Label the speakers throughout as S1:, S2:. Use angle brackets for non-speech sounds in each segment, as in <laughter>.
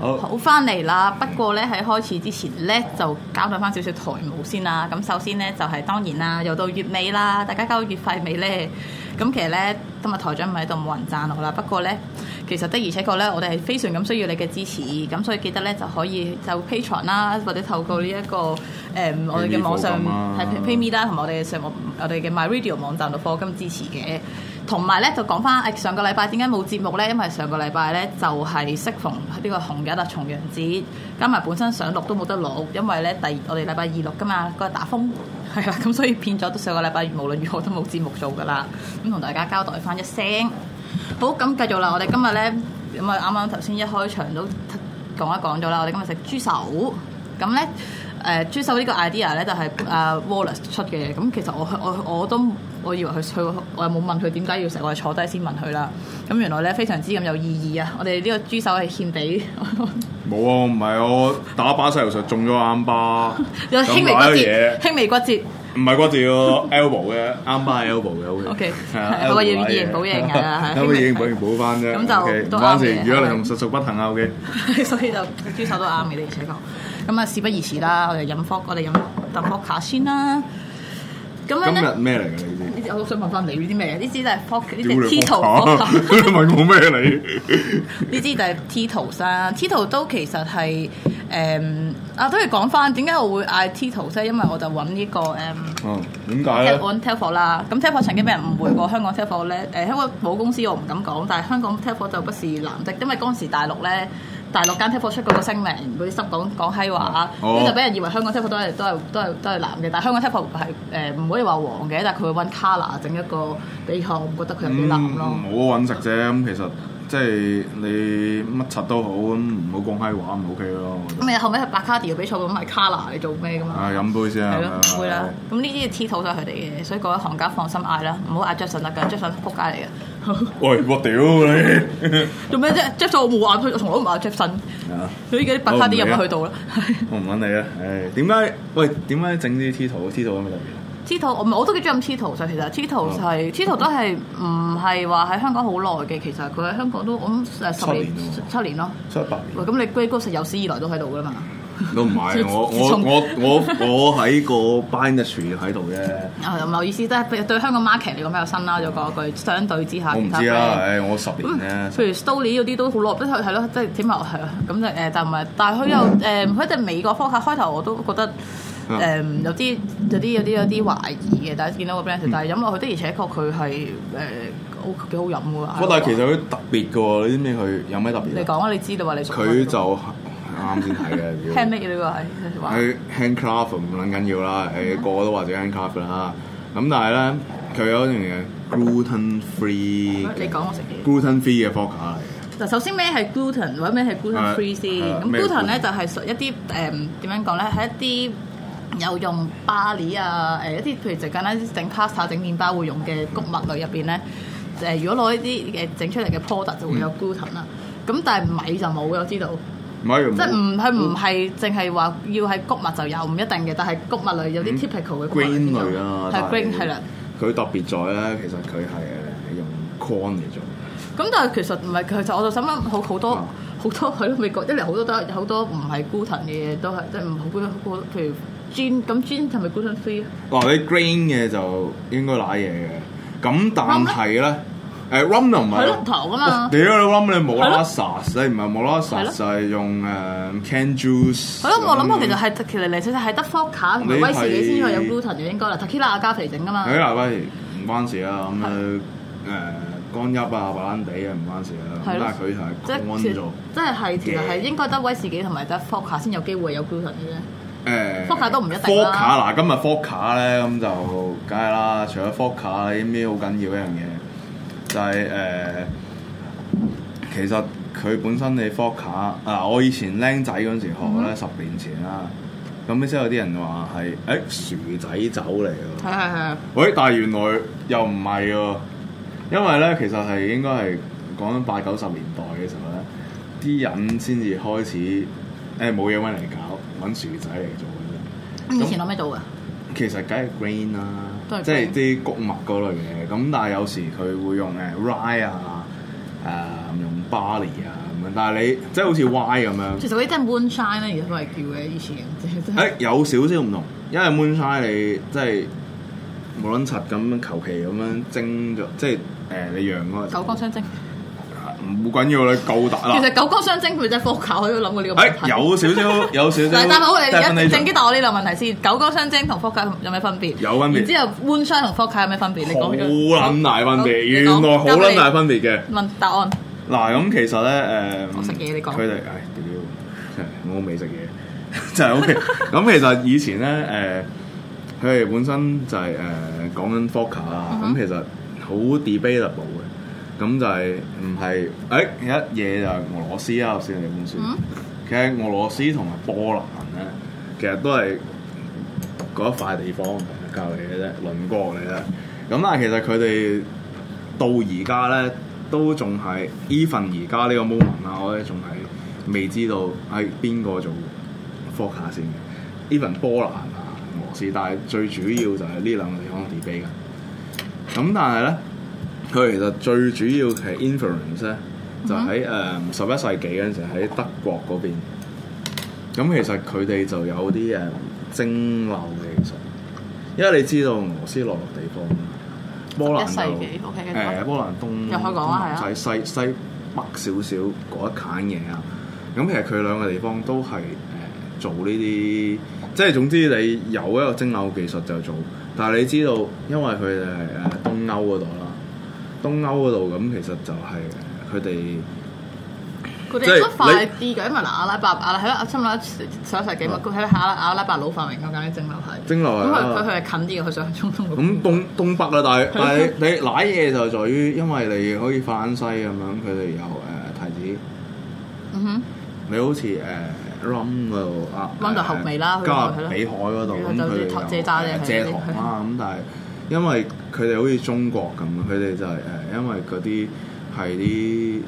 S1: 好翻嚟啦，不過咧喺開始之前咧就交代翻少少台務先啦。咁首先咧就係、當然啦，又到月尾啦，大家交月費未咧？咁其實咧今日台長唔喺度，冇人贊我啦。不過咧，其實的而且確咧，我哋係非常咁需要你嘅支持，咁所以記得咧就可以就 Patreon 啦，或者透過呢、一個誒、嗯我哋嘅網上
S2: PayMe 課金啦
S1: 係 PayMe 啦，同埋我哋嘅上網我哋嘅 MyRadio 網站度課金支持嘅。同埋咧就講翻誒上個禮拜點解冇節目咧？因為上個禮拜咧就係、適逢呢個紅日啊重陽節，加埋本身想錄都冇得錄，因為咧第我哋禮拜二錄噶嘛，嗰日打風 <laughs> 係啦，咁所以變咗上個禮拜無論如何都冇節目做噶啦。咁同大家交代翻一聲。好，咁繼續啦，我哋今日咧咁啊啱啱頭先一開場都講一講咗啦，我哋今日食豬手，咁咧。誒、豬手呢個 idea 咧就係、啊 Wallace 出嘅，咁其實我我我都我以為佢佢我又冇問佢點解要食，我係坐低先問佢啦。咁原來咧非常之咁有意義啊！我哋呢個豬手係獻俾 <laughs>
S3: 冇啊，唔係我打靶細路實中咗啱巴，
S1: <laughs> 有
S3: 咁
S1: 輕微
S3: 買
S1: 骨
S3: 咗
S1: 折，
S3: 嘢，
S1: 輕微骨折。 <laughs>
S3: 唔係嗰條 elbow 嘅，啱巴係 elbow 嘅，OK。
S1: OK，
S3: 係
S1: <laughs>
S3: 啊
S1: 好啊，
S3: elbow
S1: 要以形補形
S3: <laughs>
S1: 啊，係
S3: 咁已經補完補翻啫，
S1: 咁就
S3: OK，
S1: 都
S3: 唔關
S1: 啱
S3: 事。
S1: 嘅
S3: 如果你同實屬不幸啊，OK，
S1: 所以就豬手都啱嘅，你而且講。咁啊，事不宜遲啦，我哋飲科，我哋飲啖科卡先啦。咁樣
S3: 今
S1: 咧，
S3: 日
S1: 呢
S3: 咩嚟㗎？你
S1: 啲我都想問翻你呢啲咩？呢支就係 f o 呢
S3: 啲屌
S1: 隻
S3: 你
S1: T 圖
S3: 我
S1: vodka
S3: <laughs> 你問
S1: <laughs>
S3: 我咩你？
S1: 呢啲就係 Tito 啦，Tito 都其實係誒、啊，都係講翻點解我會嗌 Tito 咧，因為我就揾呢、個誒。
S3: 嗯，點解咧？
S1: Telfort Telfort 啦，咁 Telfort 曾經俾人誤會過香港 Telfort 咧，誒香港母公司我唔敢講，但係香港 Telfort 就不是藍的，因為嗰陣時大陸咧，大陸間 Telfort 出過個聲明，嗰啲濕講講閪話，
S3: 哦
S1: 咁就俾人以為香港 Telfort 都係都係都係都係藍嘅，但係香港 Telfort 係誒唔可以話黃嘅，但係佢會揾 colour 整一個比較，我唔覺得佢有幾藍咯。
S3: 嗯我揾食啫，咁其實即係你乜柒都好，咁唔好講閪話，唔 OK 咯。我覺
S1: 咁你後尾係白卡迪嘅比賽咁咪 colour 你做咩噶
S3: 得
S1: 嘛？
S3: 啊，飲杯先啊
S1: 係，咯，
S3: 係
S1: 唔會啦。咁呢啲嘅 T 土都係佢哋嘅，所以各位行家放心嗌啦，唔好嗌 Jason 得㗎，Jason 撲街嚟嘅。 <laughs>
S3: 喂，我屌你！
S1: 做咩啫？Jason 我冇嗌佢，我從來都唔嗌 Jason。
S3: 啊
S1: 佢依家啲白卡啲入咪去到啦。 <laughs>
S3: 我唔揾你啦，唉，點解？喂，點解整啲 T 圖？T 圖有咩特別？
S1: T 土我唔係我都幾中意飲 T 土就其實 T 土就
S3: 啊
S1: 係 T 土都係唔係話喺香港好耐嘅，其實佢喺香港都我諗誒十年
S3: 七年喎
S1: 七年咯。
S3: 七八年
S1: 喂，咁你 Grey Goose 有史以來都喺度噶啦嘛？
S3: 都唔
S1: <laughs>
S3: 係，我我我我我喺個 b i n d s t r y 喺度嘅，
S1: 啊，唔係意思，都係對香港 market 嚟講比較新啦。就講一句，相對之下
S3: 我唔
S1: 其他
S3: 知啊，
S1: brand
S3: 唉，我十年咧
S1: 嗯，譬如 Stoli 嗰啲都好耐，都係係咯，即係點啊係啊，咁就誒，但唔係，但係佢又誒，佢一隻美國科卡開頭我都覺得
S3: 嗯
S1: 誒有啲有啲有啲有啲懷疑嘅，但係見到個
S3: 嗯
S1: brand，但係飲落去的而且確佢係誒好幾好飲嘅
S3: 不
S1: 喎。
S3: 過但係其實佢特別嘅喎，你知唔知佢有咩特
S1: 你
S3: 別啊？
S1: 講啊，你知道話你熟
S3: 佢就啱先睇
S1: <laughs>
S3: 嘅，屌
S1: handmade 嘅呢個係話
S3: 佢 handcraft 唔撚緊要啦，
S1: 嗯
S3: 誒個個都話自己 handcraft 啦，咁但係咧佢有一樣嘢 gluten free，
S1: 你講我食嘢。
S3: gluten free 嘅 f o c a 嚟嘅。
S1: 嗱，首先咩係 gluten 或者咩係 gluten free 先？
S3: 係啊
S1: 咁
S3: 咩
S1: gluten 咧就係屬一啲誒點樣講咧，係一啲有用巴黎啊，誒一啲譬如就簡單啲整 pasta、整麵包會用嘅谷物類入邊咧，誒如果攞呢啲誒整出嚟嘅 product 就會有 gluten 啦。咁但係米就冇嘅，我知道，
S3: 唔係，
S1: 即係唔係唔係淨係話要係谷物就有，唔一定嘅。但係谷物類有啲 typical 嘅谷物
S3: green
S1: 叫做
S3: 類啊，
S1: 係 green 係啦。。
S3: 佢特別在咧，其實佢係誒用 corn 嚟做，
S1: 咁但係其實唔係，其實我就想諗好好多
S3: 啊
S1: 好多 <laughs> 係咯，美國一嚟好多都好多唔係 gluten 嘅嘢都係即係唔好 gluten，好多譬如 gin 咁 gin 係咪
S3: 哦
S1: gluten free 啊？
S3: 話你 green 嘅就應該揦嘢嘅，咁但係咧誒 rum 就唔係哦
S1: 係咯糖啊嘛
S3: 屌你 rum 你冇啦
S1: 係
S3: 啦
S1: 咯
S3: sas，你唔係冇啦啦 sas 就係用誒 can juice。
S1: 係咯，我諗我其實係啊其實嚟實係得 f o d a 同埋
S3: 你
S1: 威士忌先
S3: 係
S1: 可以有 gluten 嘅應該啦，tequila 阿加肥整噶嘛。
S3: 誒嗱哎喂，唔關事啊，咁誒誒乾邑啊、白蘭地啊唔關事啊，
S1: 係
S3: 咁
S1: 咯
S3: 但係佢
S1: 即係其即係係其
S3: 係乾咗。
S1: 實係應該得威士忌同埋得 f o d a 先有機會有 gluten 嘅啫。
S3: 誒
S1: 福卡都唔一定啦
S3: 福卡嗱，今日福卡咧咁就梗係啦，除咗福卡，你知唔知好緊要一樣嘢？就係、誒、其實佢本身你福卡啊，我以前僆仔嗰陣時學
S1: 嗯
S3: 咧，十年前啦，咁之後有啲人話係誒薯仔酒嚟喎。
S1: 係係係。
S3: 喂，但係原來又唔係喎，因為咧其實係應該係講緊八九十年代嘅時候咧，啲人先至開始誒冇嘢揾嚟搞，揾薯仔嚟做嘅
S1: 咁以前攞咩做㗎？
S3: 啫。其實梗係 grain 啦、
S1: 都係
S3: 即係
S1: grain
S3: 啲谷物嗰類嘅。咁但係有時佢會用誒 rye 啊，誒、用 barley 啊咁樣。但係你即係好似 y 咁樣。
S1: 其實嗰啲真係 moonshine 咧，而家都係叫嘅以前
S3: 誒、有少少唔同，因為 moonshine 你即係無論柒咁樣求其咁樣蒸咗，即係誒、你釀嗰
S1: <laughs>
S3: 個
S1: 九江雙蒸。
S3: 唔緊要你夠大
S1: 其
S3: 啦。
S1: 實九江雙蒸佢真係 f o d a 我都諗過呢個
S3: 誒、
S1: 問題。
S3: 有少少有少少
S1: 嗱，但係好，你而
S3: definition
S1: 家正經答我呢兩個問題先。九江雙蒸同 f o d a 有咩分別？
S3: 有分別
S1: 然之後 moonshine 同 f o d a 有咩分別？你
S3: 好
S1: 講呢
S3: 撚大分
S1: 好
S3: 別，
S1: 你講
S3: 原來好撚大分別嘅。
S1: 個問答案。
S3: 嗱，咁其實咧，誒、
S1: 我食嘢你講
S3: 佢哋，唉，屌，真係我未食 <laughs> 嘢，真係 OK。咁其實以前咧，誒、佢哋本身就係、誒、講緊 f o c a 啦，咁、
S1: 嗯哼
S3: 其實好 debatable 嘅，咁就係唔係誒一嘢就係俄羅斯啊，頭先你本書，
S1: 嗯
S3: 其實俄羅斯同埋波蘭咧，其實都係嗰一塊地方隔離嘅啫，鄰國嚟嘅啫。咁但係其實佢哋到而家咧都仲係 even 而家呢個 moment 啦，我哋仲係未知道係邊個做 f o c a 先嘅。even 波蘭啊、俄羅斯，但係最主要就係呢兩個地方 debate 㗎。咁但係咧，佢其實最主要係 influence 咧，就喺
S1: 嗯
S3: 誒十一世紀嗰陣時喺德國嗰邊。咁其實佢哋就有啲誒蒸餾嘅技術，因為你知道俄羅斯內陸地方，啊波蘭
S1: 11世紀
S3: 就
S1: OK，繼續
S3: 誒波蘭東
S1: 又可以講啊係啊
S3: 就係西西北少少嗰一揀嘢啊。咁其實佢兩個地方都係誒、做呢啲，即係總之你有一個蒸餾技術就做，但係你知道，因為佢哋係誒東歐嗰度啦，東歐嗰度咁其實就係誒佢哋。
S1: 佢
S3: 即係
S1: 哋都快啲嘅，因為嗱阿拉伯阿拉喺阿侵略上世紀嘛，佢喺阿拉阿拉伯佬發明嗰間蒸餾係。
S3: 蒸餾啊係
S1: 咁佢
S3: 啦
S1: 佢佢係近啲嘅，佢想去中東嗰邊。
S3: 咁東東北啦，但係但係你攋嘢就在於，因為你可以法西咁樣，佢哋有誒、提子，
S1: 嗯哼。
S3: 你好似誒 rum 嗰度啊
S1: rum 就後尾啦
S3: 誒
S1: 佢
S3: 加
S1: 係
S3: 勒
S1: 咯
S3: 比海嗰度咁
S1: 就
S3: 佢哋
S1: 啲
S3: 有
S1: 蔗渣啫
S3: 誒
S1: 佢哋
S3: 蔗糖啦，咁但係因為佢哋好似中國咁，啊佢哋就係、誒因為嗰啲係啲誒。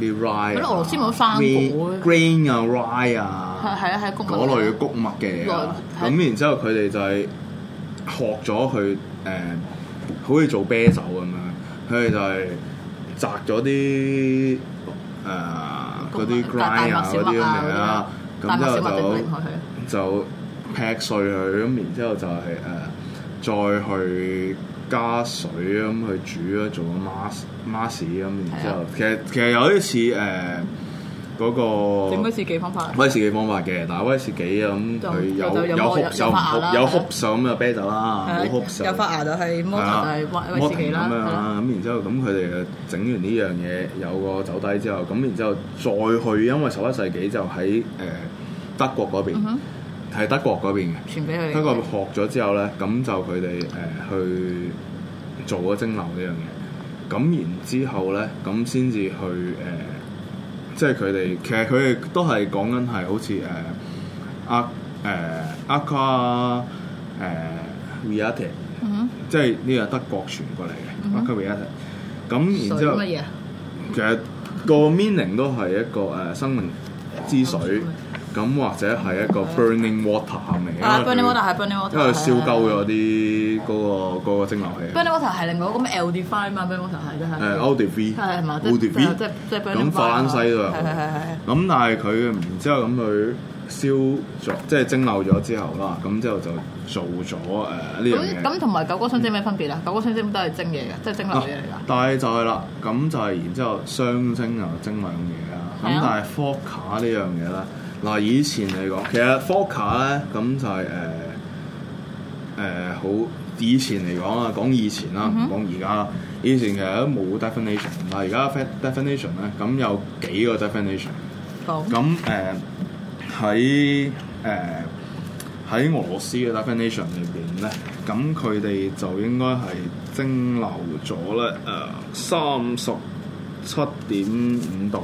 S3: 啲 rye
S1: 係
S3: 啊
S1: 咯俄羅斯冇生果嘅
S3: grain 啊 rye 啊，
S1: 係係啊係谷物
S3: 嗰類嘅谷物嘅嘢啦。
S1: 內係
S3: 咁然之後佢哋就係學咗佢誒，好似做啤酒咁樣，佢哋就係摘咗啲誒嗰啲
S1: 谷物大
S3: grind
S1: 麥
S3: 啊
S1: 小
S3: 嗰啲
S1: 麥
S3: 咁
S1: 啊
S3: 樣啦，
S1: 大
S3: 咁
S1: 麥小麥
S3: 之後
S1: 都
S3: 就哦
S1: 拎。佢去。
S3: 就劈碎佢，咁然之後就係、誒、再去加水咁去煮咗做個 mas mas 咁，然之
S1: 啊
S3: 後其實其實有啲似誒嗰
S1: 整嗰
S3: 個
S1: 次幾方法？
S3: 威士忌方法嘅，但係威士忌啊咁
S1: 就
S3: 佢有
S1: 就有
S3: 有
S1: 摩
S3: hop
S1: 有
S3: 有
S1: 有發芽
S3: hop
S1: 啦
S3: 有
S1: 係啊
S3: hop 就咁嘅啊啤酒啦，冇 hop 就
S1: 有發芽就係摩
S3: 啊係
S1: 托
S3: 啦
S1: 就係威威士忌啦，係
S3: 摩登咁樣啊
S1: 啦。
S3: 啦，咁然之後咁佢哋整完呢樣嘢有個走低之後，咁然之後再去，因為十一世紀就喺誒呃德國嗰邊，
S1: 嗯哼
S3: 係德國嗰邊嘅。
S1: 傳俾佢。
S3: 德國學咗之後咧，咁就佢哋誒呃去做咗蒸餾呢樣嘢，咁然之後咧，咁先至去誒、呃即係佢哋其實佢哋都係講緊係好似誒呃阿誒阿卡誒 v i a t
S1: 嗯
S3: 呃即係呢個德國傳過嚟嘅 a
S1: 嗯
S3: c a v i a t 咁
S1: 水
S3: 然之後
S1: 乜。嘢啊？
S3: 其實個 meaning 都係一個誒、呃生命之
S1: 啊
S3: 水，咁或者係一個 burning water 咁嚟。
S1: 啊
S3: 因為
S1: ，burning
S3: 佢
S1: water 係 burning water。
S3: 因為燒鳩咗
S1: 係。
S3: 啲嗰個嗰個蒸餾器。
S1: burning water 係另外一個咩 L D five 嘛？burning water 係真係。
S3: 誒 o d i v
S1: 係係嘛？即
S3: o d i
S1: 即
S3: v
S1: 即即 burning
S3: 咁法蘭西都有。
S1: 係係係係。
S3: 咁但係佢然之後咁佢燒咗，即係蒸餾咗之後啦，咁之後就做咗誒呢樣嘢。
S1: 咁咁同埋九哥雙蒸咩分別啊？九哥雙蒸都係蒸嘢嘅，即係蒸餾
S3: 啊
S1: 嘢嚟
S3: 但係就係啦，咁就係然之後雙蒸又蒸兩嘢啦。
S1: 係
S3: 咁
S1: 啊
S3: 但係 f o c a 呢樣嘢咧，嗱以前嚟講，其實 f o c a 咧咁就係誒誒好以前嚟講啦，講以前啦，
S1: 嗯
S3: 唔講而家啦。以前其實都冇 definition，但係而家 fe- definition 咧，咁有幾個 definition。
S1: 㗎。咁
S3: 咁誒喺誒喺俄羅斯嘅 definition 裏邊咧，咁佢哋就應該係蒸餾咗咧誒三十七點五度，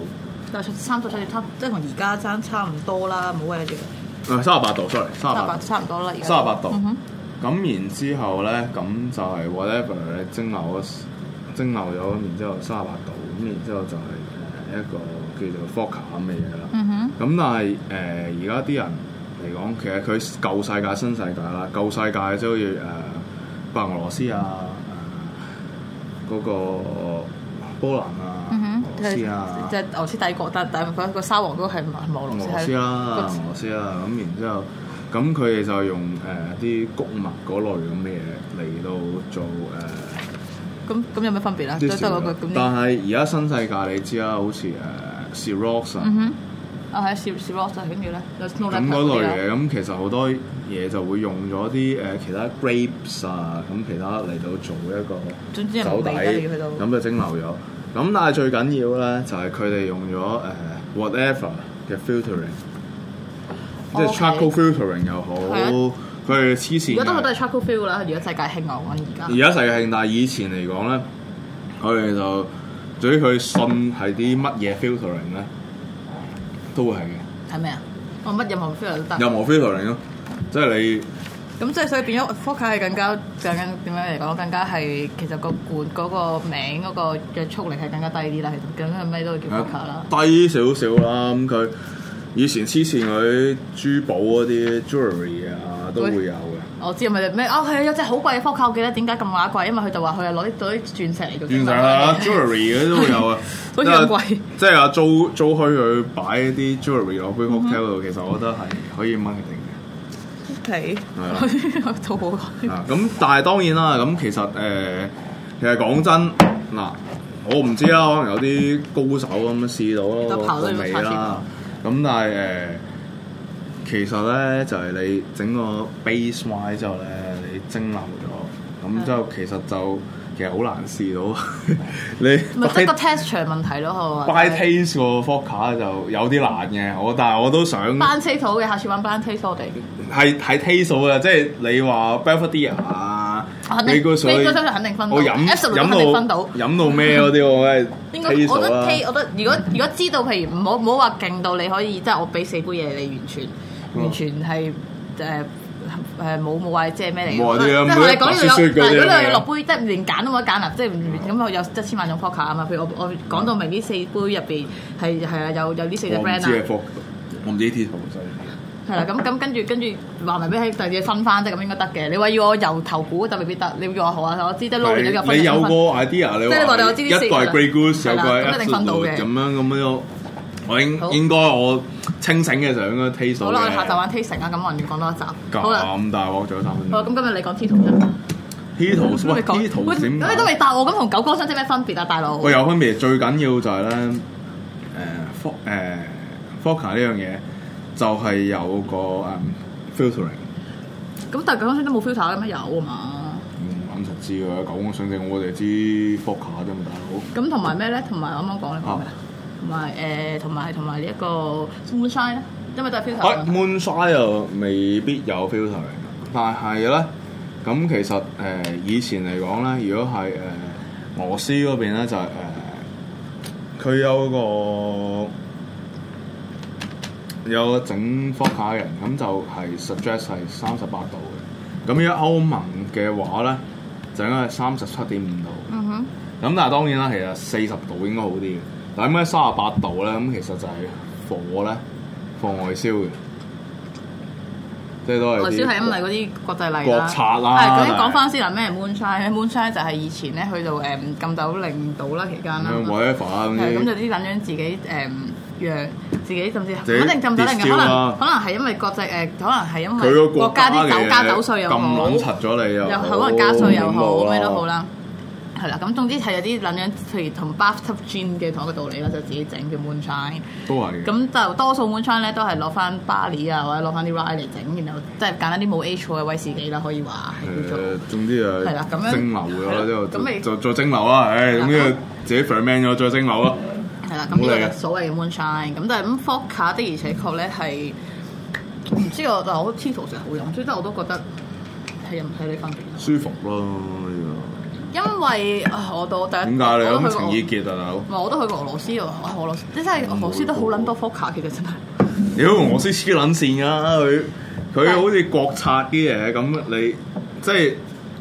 S1: 但係三十七點七，即係同而家爭差唔多啦，冇咩嘢，
S3: 誒呃三十八度，sorry，三
S1: 三
S3: 十
S1: 十
S3: 八
S1: 八
S3: 度。
S1: 差唔多啦，而家
S3: 三十八度
S1: 嗯哼
S3: 咁然之後咧，咁就係 whatever 你蒸餾咗蒸餾咗，然之後三十八度，咁然之後就係誒呃一個叫做 foca 咁嘅嘢啦。
S1: 嗯哼，
S3: 咁但係誒而家啲人嚟講，其實佢舊世界新世界啦，舊世界即係好似誒呃白俄羅斯啊，誒、嗰個呃波蘭啊、
S1: 嗯
S3: 俄
S1: 哼，
S3: 羅
S1: 係
S3: 斯啊
S1: 即、係俄羅斯帝國，但但係個沙皇都係唔係俄
S3: 俄
S1: 羅斯
S3: 羅斯啦、俄
S1: 係
S3: 羅斯啦，咁然之後。咁佢哋就用誒啲、谷物嗰類咁嘅嘢嚟到做誒、
S1: 個咁咁有咩分別啊？都
S3: 啲
S1: 都係嗰個咁
S3: 但
S1: 啲，
S3: 係而家新世界你知啦，好似誒 Ciroc 啊。
S1: 嗯哼，啊係 Sir Sir Ross 跟住咧，有咁
S3: 咁嗰類嘢，咁其實好多嘢就會用咗啲誒其他 grapes 啊，咁其他嚟到做一個
S1: 總之係
S3: 酒
S1: 冇
S3: 底，
S1: 味嘅你去到，
S3: 咁就蒸餾咗。咁但係最緊要咧，就係佢哋用咗誒、whatever 嘅 filtering，即係
S1: OK
S3: charcoal filtering 又好
S1: 係啊，
S3: 佢哋黐線
S1: 而家都好多
S3: 嘅。
S1: 係 charcoal feel 啦，而家世界興牛揾而家
S3: 而。家世界興，但係以前嚟講咧，佢哋就對於佢信係啲乜嘢 filtering 咧，都會係嘅，
S1: 係咩啊？我乜任何 feel 都得。
S3: 任何 filtering 咯，即係你。
S1: 咁即係所以變咗 f o c a 係更加更加點樣嚟講？更加係其實個罐嗰個名嗰個約束力係更加低啲啦。其實咁樣咩都
S3: 啊
S1: 叫 f o c a 啦。
S3: 低少少啦。咁佢以前黐線嗰啲珠寶嗰啲 jewelry 啊，都會有嘅。
S1: 我知係咪咩？哦，係啊，有隻好貴嘅 f o c a 我記得點解咁乸貴，因為佢就話佢係攞啲攞啲鑽石嚟做。
S3: 原上啦，jewelry 嗰啲都
S1: <laughs>
S3: 會有啊。
S1: 好似好貴
S3: 即係啊阿租租開佢擺啲 jewelry 落杯
S1: 嗯
S3: cocktail 度，其實我覺得係可以 marketing
S1: <laughs>
S3: 嘅。
S1: 皮
S3: 係，
S1: 都好貴。
S3: 啊，咁但係當然啦，咁其實誒、呃其實講真嗱，我唔知啦，可能有啲高手咁樣試到
S1: 得
S3: 咯，
S1: 刨都
S3: 個
S1: 要
S3: 味
S1: 拆先
S3: 啦。咁但係誒、呃其實咧就係、你整個 base wine 之後咧，你蒸餾咗，
S1: 嗯
S3: 咁之後其實就其實好難試到， <laughs> 你
S1: 咪即係個
S3: by,
S1: texture 問題咯，我話
S3: by taste 個 f o c a 就有啲難嘅，我但係我都想
S1: Blind taste 好嘅，下次玩 blind taste 我哋。
S3: 係係 taste 數嘅，即係你話 Belvedere 啊
S1: 我，肯定
S3: 你個水。
S1: Big Brother 肯定分到
S3: 我飲
S1: Absolute
S3: 飲
S1: 肯定分
S3: 到
S1: 到
S3: 飲到咩嗰啲，我梗
S1: 應該
S3: 係
S1: 我覺
S3: taste 啊數
S1: 得
S3: 啦。
S1: taste，我覺得如果如果知道，譬如唔好唔好話勁到你可以，即係我俾四杯嘢你完全
S3: 嗯
S1: 完全係誒誒冇冇話即係咩嚟嘅？
S3: 冇話啲
S1: 即係我哋講
S3: 白雪雪
S1: 要有，
S3: 嗰啲啊
S1: 但係如果你
S3: 咩
S1: 要落杯，即係連揀都冇得揀啦，即係唔咁我有一千萬種 poker 啊嘛。譬如我我講到明呢四杯入邊係係啊有有呢四隻
S3: 我唔
S1: brand
S3: 知係
S1: 啊，
S3: 服，我唔知 taste 數所以
S1: 係啦咁咁跟住跟住話埋俾你，第二分翻即係咁應該得嘅。你話要我由頭估就未必得，你要我好啊，我知即係撈亂咗入
S3: 係
S1: 分
S3: 你有
S1: 入
S3: 個
S1: 分
S3: idea，你
S1: 即係你
S3: 話
S1: 話我知
S3: 一
S1: 啲
S3: 個
S1: 四
S3: 係
S1: 個
S3: Grey Goose，有
S1: 係
S3: 個
S1: 啦
S3: 係
S1: 咁一定分到
S3: Absolute
S1: 嘅
S3: 咁樣咁樣，我應
S1: 好
S3: 應該我清醒嘅時候應該 taste 數
S1: 好啦，我哋下集
S3: 嘅。
S1: 玩 tasting 啊，咁我哋要講多一集。好啦，
S3: 咁大鑊仲有三分
S1: 好啦，
S3: 鐘。
S1: 咁今日你講 T 圖啦。
S3: Taste
S1: <laughs> 你
S3: 喂
S1: 講
S3: taste
S1: 喂
S3: 點啊
S1: 咁你都未答我，咁同九哥相知咩分別啊，大佬？
S3: 我有分別，最緊要就係咧，誒 f o 誒 f o c a 呢樣嘢就係有個誒 filtering，
S1: 咁但係九哥相都冇 filter 嘅咩？有啊嘛。
S3: 唔諗實知嘅，九公上正我哋知 f o c a 啫嘛，大佬。
S1: 咁同埋咩咧？同埋我啱啱講你
S3: 哦
S1: 講咩啊？同埋誒，同埋同埋呢一個 moonshine 咧，因為都係 filter
S3: 哎
S1: 啊嘛。
S3: ，Moonshine 又未必有 filtering，但係咧，咁其實誒、呃以前嚟講咧，如果係誒、呃、俄羅斯嗰邊咧，就係誒佢有個有個整 f o c a 嘅人，咁就係 suggest 係三十八度嘅。咁而家歐盟嘅話咧，就應該係三十七點五度。
S1: 嗯哼，
S3: 咁但係當然啦，其實四十度應該好啲嘅。但係咁喺啊三十八度咧，咁其實就係火咧，放外燒嘅，即係都係啲
S1: 外燒係因為嗰啲國際例
S3: 國
S1: 啦。
S3: 策啊啦
S1: 係咁講翻先啦，咩係 moonshine 咧？moonshine 就係以前咧去到誒禁酒令到啦期間啦。
S3: 咁樣 whatever 啦，
S1: 啊係咁
S3: 咁
S1: 就
S3: 啲
S1: 啲撚樣自己誒讓自己甚至
S3: 自己
S1: 肯定浸酒令嘅，
S3: 跌
S1: 可
S3: 燒
S1: 能
S3: 啦
S1: 可能係因為國際誒、可能係因
S3: 佢個
S1: 為
S3: 國
S1: 國
S3: 家
S1: 家
S3: 嘅
S1: 啲酒加酒稅
S3: 嘢
S1: 又
S3: 咁
S1: 好，
S3: 撚柒咗你又
S1: 又
S3: 好啊
S1: 可能加稅又
S3: 恐怖
S1: 好
S3: 咯
S1: 咩都好啦。係啦，咁總之係有啲撚樣，譬如同 bathtub gin 嘅同一個道理啦，就自己整嘅 moonshine。
S3: 都係嘅。
S1: 咁就多數 moonshine 咧都係攞翻巴黎啊，或者攞翻啲 rye 嚟整，然後即係簡單啲冇 H 嘅威士忌啦，可以話係叫做。
S3: 誒，總之
S1: 係啦咁
S3: 誒
S1: 樣
S3: 蒸馏咗啦，
S1: 係啦
S3: 之
S1: 咁
S3: 後
S1: 你
S3: 就再蒸馏啦，唉，咁呢個自己 ferment 咗再蒸馏啦，
S1: 係啦，咁呢個
S3: 好嚟嘅
S1: 就所謂嘅 moonshine。咁但係咁 f o c a 的而且確咧係唔知我，但係我 Tito 成日好飲，所以得我都覺得係唔睇你分別。
S3: 舒服咯呢
S1: 因為啊我到第
S3: 個。
S1: 一
S3: 點解你
S1: 我都
S3: 有
S1: 去
S3: 咁
S1: 過
S3: 情意結啊，大佬？
S1: 唔係我都去過俄羅斯喎，我俄羅斯即係俄羅斯都好撚多 f o c a 其實真係。
S3: 屌，我先黐撚線㗎，佢
S1: 但
S3: 佢
S1: 係
S3: 好似國策啲嘢咁，你即係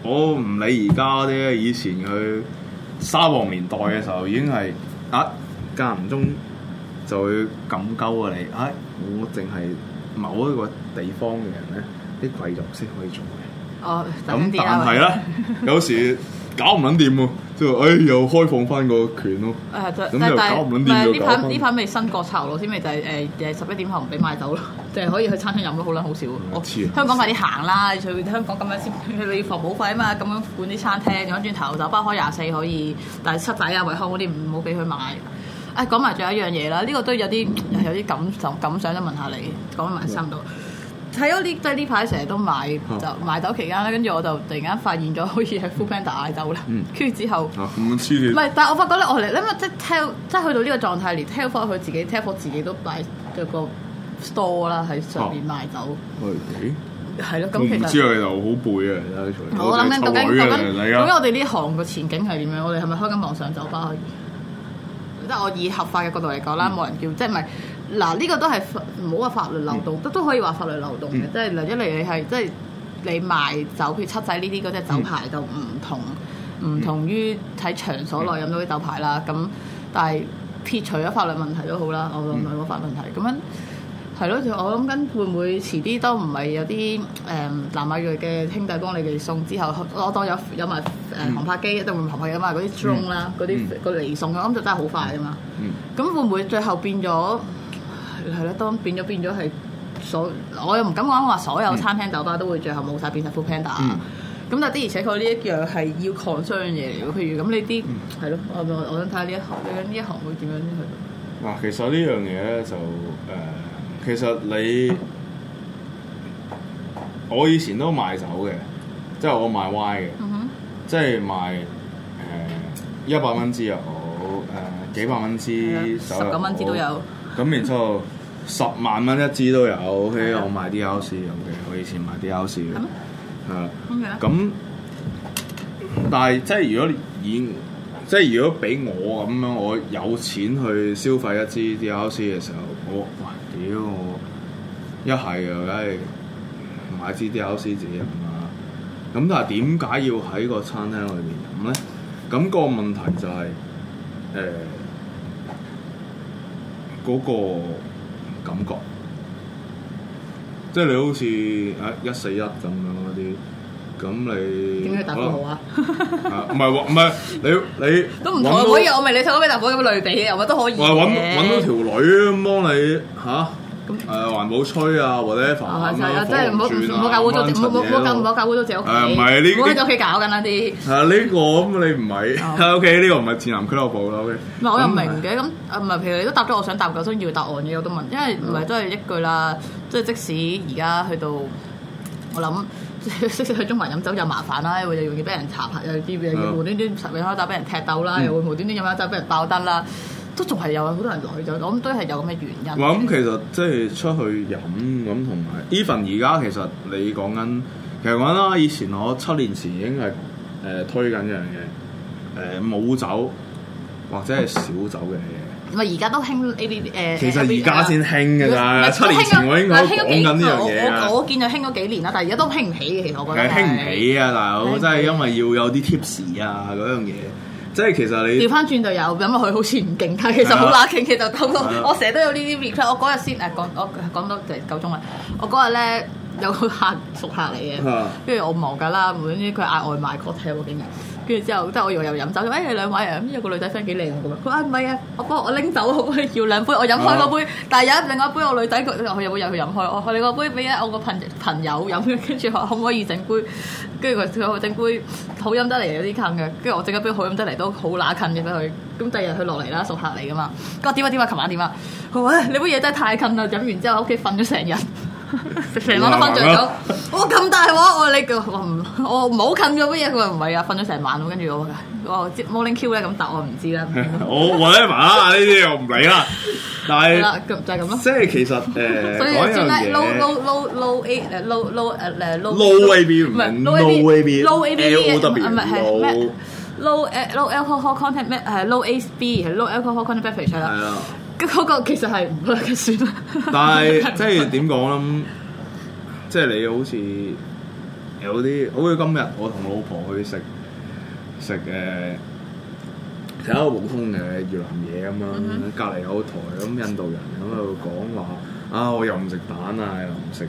S3: 我唔理而家嗰啲，以前佢沙皇年代嘅時候已經係啊間唔中就會咁鳩啊你，啊我淨係某一個地方嘅人咧，啲貴族先可以做嘅。
S1: 哦，
S3: 咁
S1: 等啲
S3: 但
S1: 啦
S3: 係咧，有時搞唔撚掂喎，即係誒又開放翻個權咯。
S1: 誒就
S3: 咁
S1: 但
S3: 就
S1: 但
S3: 搞唔撚掂
S1: 唔係
S3: 就
S1: 呢
S3: 搞
S1: 排
S3: 翻
S1: 呢排咪新國策咯，先咪就係誒誒十一點後唔俾買酒咯，就係可以去餐廳飲咯，好撚好少。我
S3: 黐啊
S1: 香港快啲行啦，你去香港咁樣先，你要防保費啊嘛，咁樣管啲餐廳，咁轉頭酒吧開廿四可以，但係七仔啊、惠康嗰啲唔好俾佢買。誒講埋仲有一樣嘢啦，呢、個都有啲有啲感受感想想問下你，講埋三到。睇咗呢即係呢排成日都買
S3: 啊
S1: 就買酒期間咧，跟住我就突然間發現咗好似係 Full Panda 嗌酒啦
S3: 嗯，
S1: 跟住之後。
S3: 啊咁黐線
S1: 唔。係，但係我發覺咧，我嚟咧，因為即係 tell，即係去到呢個狀態，連 tell 佢自己 tell 自己都擺咗個 store 啦，喺上面賣酒，
S3: 喂
S1: 係咯、
S3: 哦我唔
S1: 咁其
S3: 知
S1: 實
S3: 啊，就好背啊！
S1: 我諗緊究竟究
S3: 究
S1: 竟
S3: 你
S1: 究竟
S3: 啊，
S1: 我哋呢行個前景係點樣？我哋係咪開緊網上酒吧可以？即係我以合法嘅角度嚟講啦，冇人叫，即係唔係嗱？呢個都係法唔好話法律漏洞，都都可以話法律漏洞嘅
S3: 嗯，
S1: 即係嗱一嚟你係即係你賣酒，譬如七仔呢啲嗰隻酒牌就唔同，
S3: 嗯
S1: 唔同於喺場所內飲到啲酒牌啦。咁但係撇除咗法律問題都好啦，我諗
S3: 嗯
S1: 唔係個法律問題咁樣。係咯，就我諗緊會唔會遲啲都唔係有啲誒、南亞裔嘅兄弟幫你哋送之後，我當有有埋誒航拍機，一定會航拍機啊嘛，嗰啲 drone 啦，嗰啲
S3: 嗯
S1: 個嚟送，我諗就真係好快啊嘛。
S3: 嗯
S1: 咁會唔會最後變咗係咧？當變咗變咗係所，我又唔敢講話所有餐廳酒吧都會最後冇晒變晒 full panda
S3: 嗯
S1: 啊。咁但係的而且確呢一樣係要 concern 嘢嚟嘅，譬如咁你啲
S3: 嗯
S1: 係咯，我我我想睇下呢一行，你緊呢一行會點樣去到？
S3: 嗱，其實呢樣嘢咧就誒，其實你我以前都賣酒嘅，即係我賣 Y 嘅，
S1: 嗯哼，
S3: 即係賣誒一百蚊支又好，誒幾百蚊支
S1: 啊十
S3: 酒又好
S1: 九蚊支都有。
S3: 咁然之後十萬蚊一支都有，OK，
S1: 係啊
S3: 我買 DLC 有嘅，我以前買 DLC 嘅啊
S1: 係咩，
S3: 係啦。
S1: 咁樣。
S3: 咁但係即係如果以即係如果俾我咁樣，我有錢去消費一支 DLC 嘅時候，我哇屌我一係啊，梗係買支 DLC 自己飲啦。咁但係點解要喺個餐廳裏面飲咧？咁、個問題就係、誒嗰個感覺，即係你好似誒一四一咁樣嗰啲，咁你
S1: 點樣去答個好啊？
S3: 可能？啊唔係喎唔係你你
S1: <laughs> 都唔同
S3: 搵
S1: 啊！
S3: 到
S1: 可以，我咪你想講咩答案咁嘅類比嘅，我覺得都可以嘅。
S3: 我揾揾到條女咁幫你嚇，誒環保吹啊或者
S1: 啊，
S3: 凡
S1: 就
S3: 咁樣
S1: 係真係唔好唔好搞污糟，唔好唔好搞唔好搞污糟自己屋企。
S3: 誒唔係呢啲
S1: 唔好喺自己屋企搞緊啦啲。
S3: 啊呢個咁你唔 <laughs> 係
S1: 哦
S3: OK 呢個唔係戰男俱樂部啦 OK。
S1: 唔係我又明
S3: 咁
S1: 嘅，咁啊唔係，譬如你都答咗我想答嘅，所以要答案嘅我都問，因為唔係都係一句啦，即係即使而家去到我諗。識識去中環飲酒又麻煩啦，又會容易俾人查下，又啲
S3: 啊
S1: 又無端端飲下酒俾人踢到啦，
S3: 嗯
S1: 又會無端端飲下酒俾人爆燈啦，都仲係有好多人落去咗，我諗都係有咁嘅原因。
S3: 哇！咁其實即係出去飲咁，同埋 even 而家其實你講緊，其實講緊啦，以前我七年前已經係誒、呃推緊一樣嘢，誒冇酒或者係少酒嘅嘢。
S1: 唔係而家都興呢啲誒，
S3: 其實而家先興嘅咋，
S1: 唔係
S3: 七年前我已經喺度
S1: 興咗
S3: 講緊呢樣
S1: 我
S3: 嘢
S1: 我
S3: 啊
S1: 我，見就興咗幾年啦，但係而家都興唔起嘅，其實我覺
S3: 係
S1: 得
S3: 興唔起啊，大
S1: 興唔
S3: 佬，
S1: 起
S3: 真係因為要有啲 tips 啊嗰樣嘢，即係其實
S1: 調
S3: 你
S1: 翻轉就有，咁啊佢好似唔勁，但係其實好乸勁，其實講到
S3: 啊係啊
S1: 我成日都有呢啲 request。我嗰日先誒講，我講到就係夠鐘啦。我嗰日咧有個客熟客嚟嘅，
S3: 啊
S1: 跟住我忙㗎啦，無端端佢嗌外賣 cocktail 喎，竟然跟住之後，即係我以為又飲酒，誒、你兩位啊，咁有個女仔 friend 幾靚喎咁樣。佢話唔係啊，我幫我拎走，我要兩杯，我飲開嗰杯，但係有一另外一杯我女仔佢佢有冇有佢飲開，我話你個杯俾我個朋朋友飲，跟住話可唔可以整杯，跟住佢佢話整杯好飲得嚟有啲近嘅，跟住我整一杯好飲得嚟都好乸近嘅俾佢，咁第二日佢落嚟啦，熟客嚟噶嘛，佢話點啊點啊，琴晚點啊，佢話唉你杯嘢真係太近啦，飲完之後喺屋企瞓咗成日。成晚都瞓着咗， <laughs> 我咁大鑊，我話你叫 <laughs> 我唔我唔好近咗乜嘢，佢話唔係啊，瞓咗成晚喎，跟住我話我話接 morning Q 咧咁答我唔知 <laughs> 啦，
S3: 我 whatever 啦，呢啲我唔理啦。但
S1: 係
S3: 係
S1: 啦，咁就係咁咯。
S3: 即係其實
S1: <laughs>
S3: 誒
S1: 所以
S3: 嗰
S1: 你知
S3: 樣
S1: 唔知 low low low
S3: 嘢
S1: low A 誒 low low 誒誒 low
S3: ，low A B 唔
S1: 唔係
S3: 係
S1: low A
S3: low A B
S1: low A B
S3: L O
S1: 唔
S3: W
S1: 係係咩
S3: low
S1: low 誒 low alcohol content 咩係 low A B 係 low alcohol content beverage 係
S3: 係
S1: 啦，
S3: 啊。
S1: 嗰個其實係唔得嘅算啦。 <laughs>
S3: 但係即係點講咧？即係你好似有啲，好似今日我同老婆去食食誒食一個普通嘅越南嘢咁
S1: 嗯
S3: 樣，隔離有台咁印度人咁喺度講話啊，我又唔食蛋啊，又唔食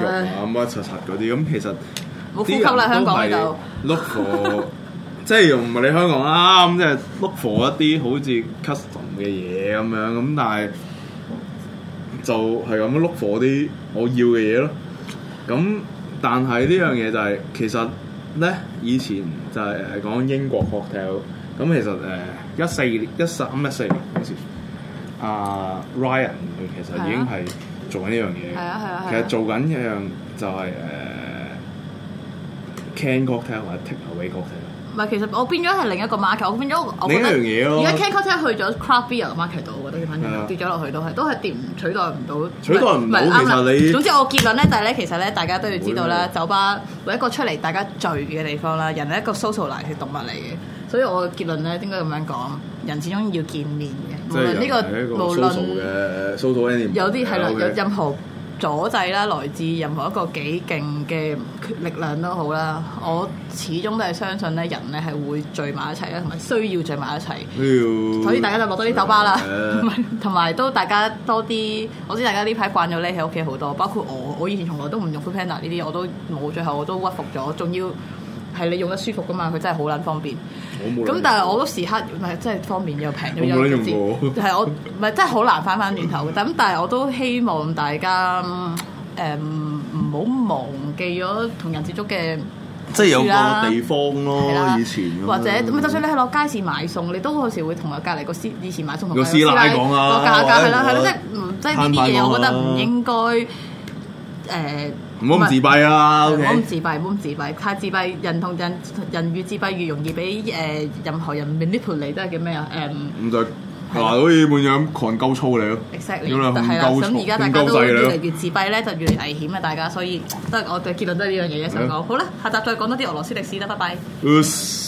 S3: 肉啊
S1: 唉，
S3: 乜柒柒嗰啲咁，其實
S1: 冇呼吸啦，香港呢度。
S3: look for <laughs> 即係又唔係你香港啦，咁即係 look for 一啲好似 custom 嘅嘢咁樣，咁但係就係咁 look for 啲我要嘅嘢咯。咁但係呢樣嘢就係、其實咧，以前就係誒講英國 cocktail，咁其實誒一四年、一三、一四年嗰時，阿、Ryan 佢其實已
S1: 啊
S3: 經係做緊呢樣嘢。
S1: 係啊係啊係啊
S3: 其實做緊一樣就係、誒、can cocktail 或者 take away cocktail。
S1: 唔係，其實我變咗係另一個 market，我變咗我覺
S3: 另一
S1: 得
S3: 樣嘢咯
S1: 而家 Can Cocktail 去咗 Craft Beer 嘅 market 度，我覺得佢反
S3: 係啊
S1: 正跌咗落去都係都係跌唔取代唔到，
S3: 取代唔到
S1: 係啱啦
S3: 其實你
S1: 總之我結論咧就係咧，其實咧大家都要知道啦，
S3: 會
S1: 酒吧會一個出嚟大家聚嘅地方啦，人係一個 social 嚟嘅動物嚟嘅，所以我嘅結論咧應該咁樣講，人始終要見面嘅，無
S3: 即係
S1: 論呢
S3: 人係一個
S1: 個無論
S3: social 嘅 social animal
S1: 有啲係啦，
S3: OK
S1: 有任何阻滯啦，來自任何一個幾勁嘅力量都好啦。我始終都係相信咧，人咧係會聚埋一齊啦，同埋需要聚埋一齊。
S3: 都要，
S1: 所以大家就落多啲酒吧啦
S3: 誒，
S1: 同埋都大家多啲。我知大家呢排慣咗匿喺屋企好多，包括我，我以前從來都唔用 f o o Panda 呢啲，我都冇，最後我都屈服咗。仲要係你用得舒服噶嘛，佢真係好撚方便。
S3: 我冇
S1: 咁
S3: 諗
S1: 但係我都時刻唔係真係方便又平又
S3: 我冇
S1: 又
S3: 得用
S1: 直接
S3: 過
S1: 係我唔係真係好難翻翻轉
S3: <laughs>
S1: 頭嘅。咁但係我都希望大家誒唔好忘記咗同人接觸嘅。
S3: 即係有
S1: 啦
S3: 個地方
S1: 係
S3: 咯
S1: 啦，，
S3: 哦以前咁樣
S1: 或者咁就算你係落街市買餸，你都有時會同隔離個師以前買餸同
S3: 個師奶講啊
S1: 個價格係啦，
S3: 或
S1: 係
S3: 者
S1: 啦，即係唔即係呢啲嘢，我覺得
S3: 攤
S1: 唔
S3: 販
S1: 應該誒。呃
S3: 唔好咁自閉啊
S1: 唔好咁
S3: ，OK。
S1: 自閉，唔好咁自閉，太自閉，人同人人越自閉越容易俾誒、呃任何人 manipulate 都係叫咩啊？誒、
S3: 咁就嗱，好似滿樣狂鳩粗你咯。
S1: exactly
S3: 屌你
S1: 係啦，
S3: 咁鳩
S1: 咁而家
S3: 粗
S1: 大家
S3: 咁鳩
S1: 都
S3: 細你
S1: 越
S3: 咯
S1: 嚟越自閉咧，就越嚟危險啊！大家，所以得我嘅結論都係呢樣嘢想
S3: 係
S1: 講。好啦，下集再講多啲俄羅斯歷史啦，拜拜。
S3: Us